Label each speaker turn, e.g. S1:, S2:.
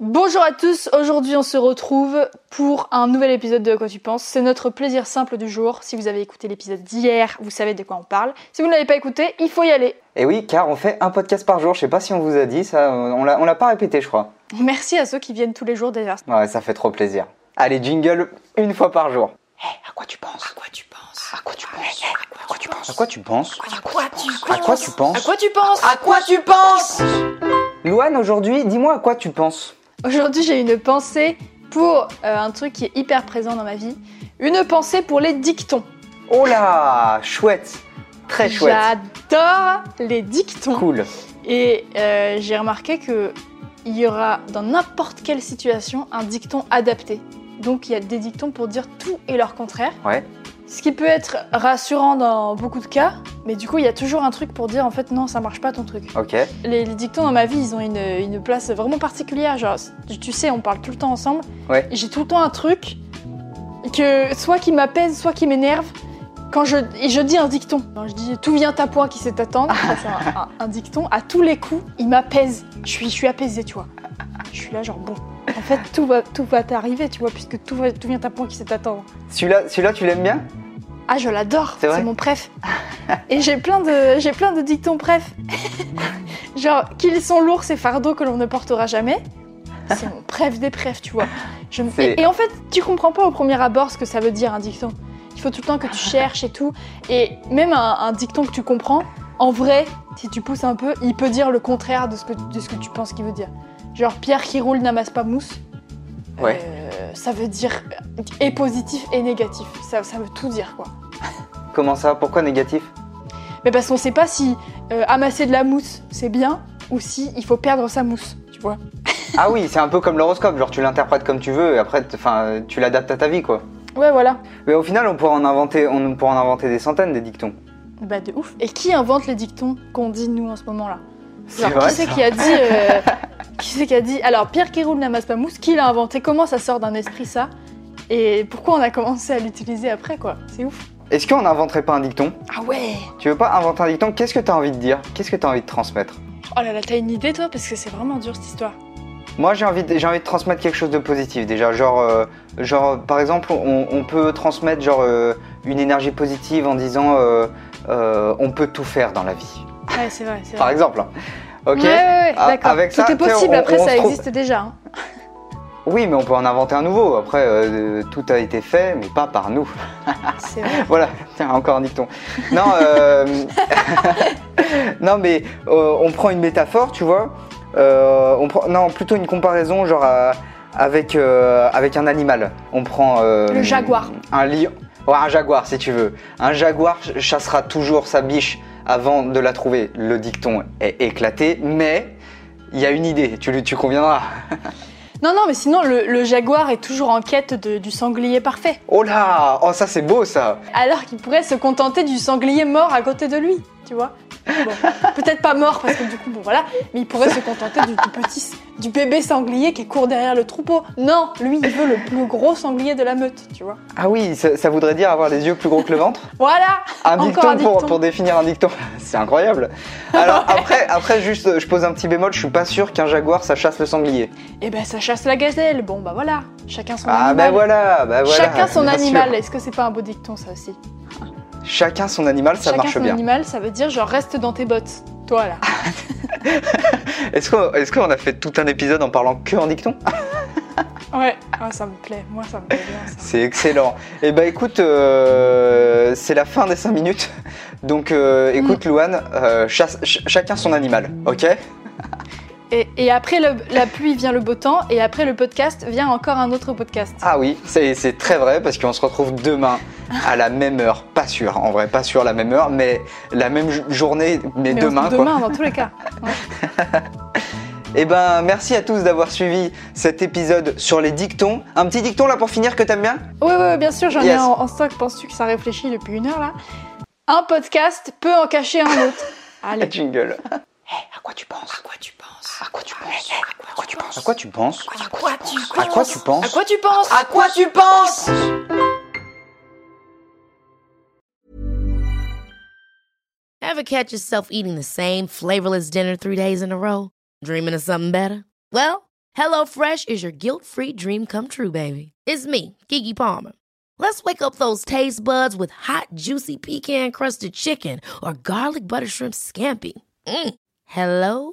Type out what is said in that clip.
S1: Bonjour à tous, aujourd'hui on se retrouve pour un nouvel épisode de À quoi tu penses. C'est notre plaisir simple du jour. Si vous avez écouté l'épisode d'hier, vous savez de quoi on parle. Si vous ne l'avez pas écouté, il faut y aller.
S2: Et oui, car on fait un podcast par jour. Je sais pas si on vous a dit ça, euh, on l'a on l'a pas répété, je crois.
S1: Merci à ceux qui viennent tous les jours des verses.
S2: Ouais, ça fait trop plaisir. Allez, jingle une fois par jour.
S3: Eh, À quoi tu penses À quoi tu penses À quoi tu penses À quoi tu penses
S2: À quoi tu penses
S3: À quoi tu penses
S2: À quoi tu
S1: À
S2: penses
S1: quoi tu penses
S3: À quoi tu penses
S2: Louane, aujourd'hui, dis-moi à quoi tu penses.
S1: Aujourd'hui j'ai une pensée pour euh, un truc qui est hyper présent dans ma vie. Une pensée pour les dictons.
S2: Oh là Chouette Très chouette
S1: J'adore les dictons.
S2: Cool
S1: Et euh, j'ai remarqué que il y aura dans n'importe quelle situation un dicton adapté. Donc il y a des dictons pour dire tout et leur contraire.
S2: Ouais.
S1: Ce qui peut être rassurant dans beaucoup de cas, mais du coup il y a toujours un truc pour dire en fait non ça marche pas ton truc.
S2: Ok.
S1: Les, les dictons dans ma vie ils ont une, une place vraiment particulière. Genre tu- tu sais on parle tout le temps ensemble.
S2: Ouais.
S1: Et J'ai tout le temps un truc que soit qui m'apaise soit qui m'énerve. Quand je, et je dis un dicton, Quand je dis tout vient à point qui sait attendre, ça, c'est un, un- un dicton, à tous les coups, il m'apaise. Je suis, je suis apaisée, tu vois. Je suis là, genre bon. En fait, tout va, tout va t'arriver, tu vois, puisque tout, va- tout vient à point qui sait attendre.
S2: Celui-là, celui-là, tu l'aimes bien
S1: Ah, je l'adore,
S2: C'est vrai
S1: c'est mon préf. Et j'ai plein de j'ai plein de dictons préf. Genre qu'ils sont lourds ces fardeaux que l'on ne portera jamais. C'est mon préf des préfs, tu vois. Je me...
S2: C'est-
S1: et, et en fait, tu comprends pas au premier abord ce que ça veut dire un dicton. Il faut tout le temps que tu cherches et tout. Et même un, un dicton que tu comprends, en vrai, si tu pousses un peu, il peut dire le contraire de ce que, de ce que tu penses qu'il veut dire. Genre Pierre qui roule n'amasse pas mousse.
S2: Ouais.
S1: Euh, ça veut dire et positif et négatif. Ça, ça veut tout dire quoi.
S2: Comment ça Pourquoi négatif
S1: Mais parce qu'on sait pas si euh, amasser de la mousse c'est bien ou si il faut perdre sa mousse, tu vois.
S2: Ah oui, c'est un peu comme l'horoscope, genre tu l'interprètes comme tu veux et après t- 'fin, euh, tu l'adaptes à ta vie quoi.
S1: Ouais, voilà.
S2: Mais au final, on pourra en inventer, on pourra en inventer des centaines des dictons.
S1: Bah de ouf. Et qui invente les dictons qu'on dit nous en ce moment là
S2: C'est
S1: Genre,
S2: vrai,
S1: Qui c'est
S2: ça
S1: qui a dit euh, Qui c'est qui a dit Alors Pierre Kéroul n'amasse pas mousse. Qui l'a inventé Comment ça sort d'un esprit ça Et pourquoi on a commencé à l'utiliser après quoi C'est ouf.
S2: Est-ce qu'on n'inventerait pas un dicton
S1: Ah ouais.
S2: Tu veux pas inventer un dicton Qu'est-ce que t'as envie de dire Qu'est-ce que t'as envie de transmettre
S1: Oh là là, t'as une idée toi parce que c'est vraiment dur cette histoire.
S2: Moi, j'ai envie, de, j'ai envie de transmettre quelque chose de positif déjà. Genre, euh, genre par exemple, on, on peut transmettre genre, euh, une énergie positive en disant euh, euh, on peut tout faire dans la vie.
S1: Ouais, c'est vrai, c'est
S2: Par
S1: vrai.
S2: exemple. Ok
S1: Ouais, ouais, ouais,
S2: Ah,
S1: d'accord.
S2: avec
S1: Tout
S2: ça,
S1: est
S2: tu sais,
S1: possible,
S2: on-
S1: après
S2: on
S1: ça
S2: se trouve-
S1: existe déjà. hein.
S2: Oui, mais on peut en inventer un nouveau. Après, euh, tout a été fait, mais pas par nous.
S1: C'est vrai.
S2: Voilà, tiens, encore un dicton. Non, euh, non mais euh, on prend une métaphore, tu vois. Euh, on prend, non, plutôt une comparaison, genre à- avec, euh, avec un animal. On prend. euh,
S1: Le jaguar.
S2: Un lion. Ouais, un jaguar, si tu veux. Un jaguar ch- chassera toujours sa biche avant de la trouver. Le dicton est éclaté, mais il y a une idée, tu, le- tu conviendras.
S1: Non, non, mais sinon, le, le jaguar est toujours en quête de- du sanglier parfait.
S2: Oh là Oh, ça, c'est beau, ça
S1: Alors qu'il pourrait se contenter du sanglier mort à côté de lui, tu vois. Bon, peut-être pas mort, parce que du coup, bon voilà, mais il pourrait se contenter du, du petit, du bébé sanglier qui court derrière le troupeau. Non, lui, il veut le plus gros sanglier de la meute, tu vois.
S2: Ah oui, ça- ça voudrait dire avoir les yeux plus gros que le ventre
S1: Voilà
S2: Un
S1: Encore
S2: dicton,
S1: un dicton.
S2: Pour, pour définir un dicton, c'est incroyable. Alors après, après juste, euh, je pose un petit bémol, je suis pas sûr qu'un jaguar ça chasse le sanglier.
S1: Et ben, ça chasse la gazelle. Bon, bah voilà, chacun son
S2: ah ben
S1: animal.
S2: voilà, ben voilà.
S1: Chacun son
S2: bien sûr.
S1: animal, est-ce que c'est pas un beau dicton ça aussi
S2: Chacun son animal, ça
S1: Chacun
S2: marche
S1: son
S2: bien.
S1: animal, ça veut dire genre reste dans tes bottes, toi là.
S2: Est-ce qu'on est qu'on a fait tout un épisode en parlant que en dicton Ah,
S1: Ouais, ah, ça me plaît, moi ça me plaît bien ça.
S2: C'est excellent. Et ben écoute, euh, c'est la fin des 5 minutes. Donc euh,
S1: Mm.
S2: écoute Louane, euh, chasse- ch- chacun son animal, ok
S1: Et, et après le- la pluie vient le beau temps, et après le podcast vient encore un autre podcast.
S2: Ah oui, c'est c'est très vrai parce qu'on se retrouve demain à la même heure. Pas sûr, en vrai, pas sûr la même heure, mais la même jo- journée,
S1: Mais
S2: mais,
S1: on se dit
S2: demain. Quoi.
S1: demain dans tous les cas.
S2: Et ben, merci à tous d'avoir suivi cet épisode sur les dictons. Un petit dicton là pour finir que t'aimes bien
S1: Oui, oui, bien sûr, j'en ai
S2: Yes.
S1: un en, en stock. Penses-tu que ça réfléchit depuis une heure là Un podcast peut en cacher un autre. Allez.
S2: Jingle.
S3: Eh, À quoi tu penses À quoi tu penses À quoi tu penses À quoi tu penses
S2: À quoi tu penses
S3: À quoi tu penses
S2: À quoi tu penses
S1: À quoi tu penses
S3: À quoi tu penses
S4: Ever catch yourself eating the same flavorless dinner three days in a row? Dreaming of something better? Well, HelloFresh is your guilt free dream come true, baby. It's me, Kiki Palmer. Let's wake up those taste buds with hot, juicy pecan crusted chicken or garlic butter shrimp scampi. Mm. Hello